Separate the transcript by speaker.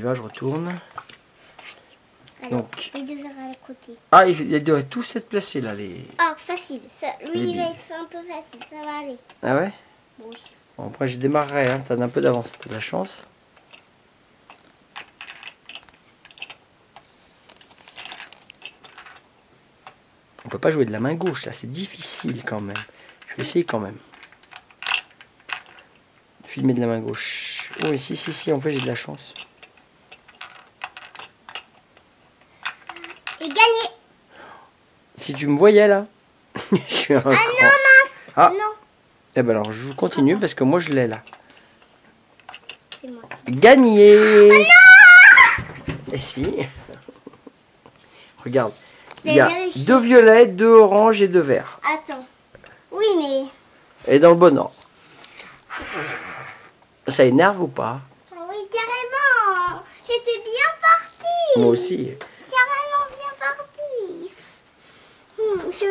Speaker 1: va, je retourne.
Speaker 2: Alors,
Speaker 1: Donc.
Speaker 2: les deux verres à côté.
Speaker 1: Ah, il- ils doivent tous être placés là, les.
Speaker 2: Ah, facile. Ça, lui,
Speaker 1: Les
Speaker 2: il va
Speaker 1: billes.
Speaker 2: être un peu facile. Ça va aller.
Speaker 1: Ah ouais
Speaker 2: Bon,
Speaker 1: Bon, après, je démarrerai, hein. t'as un peu d'avance, t'as de la chance. On peut pas jouer de la main gauche, là, c'est difficile quand même. Je vais essayer quand même. Filmer de la main gauche. Oui, si, si, si, en fait, j'ai de la chance.
Speaker 2: Et gagné.
Speaker 1: Si tu me voyais là, je suis un cran. Ah.
Speaker 2: Non,
Speaker 1: Eh ben alors, je continue parce que moi, je l'ai là.
Speaker 2: c'est moi. Ah
Speaker 1: Gagné Et si Regarde, il y a
Speaker 2: Mais vérifie.
Speaker 1: deux violets, deux oranges et deux verts.
Speaker 2: Attends. Oui, mais.
Speaker 1: Et dans le bon ordre. Ça énerve ou pas
Speaker 2: Ah oui, carrément. J'étais bien partie.
Speaker 1: Moi aussi.
Speaker 2: Carrément bien partie. Hmm, je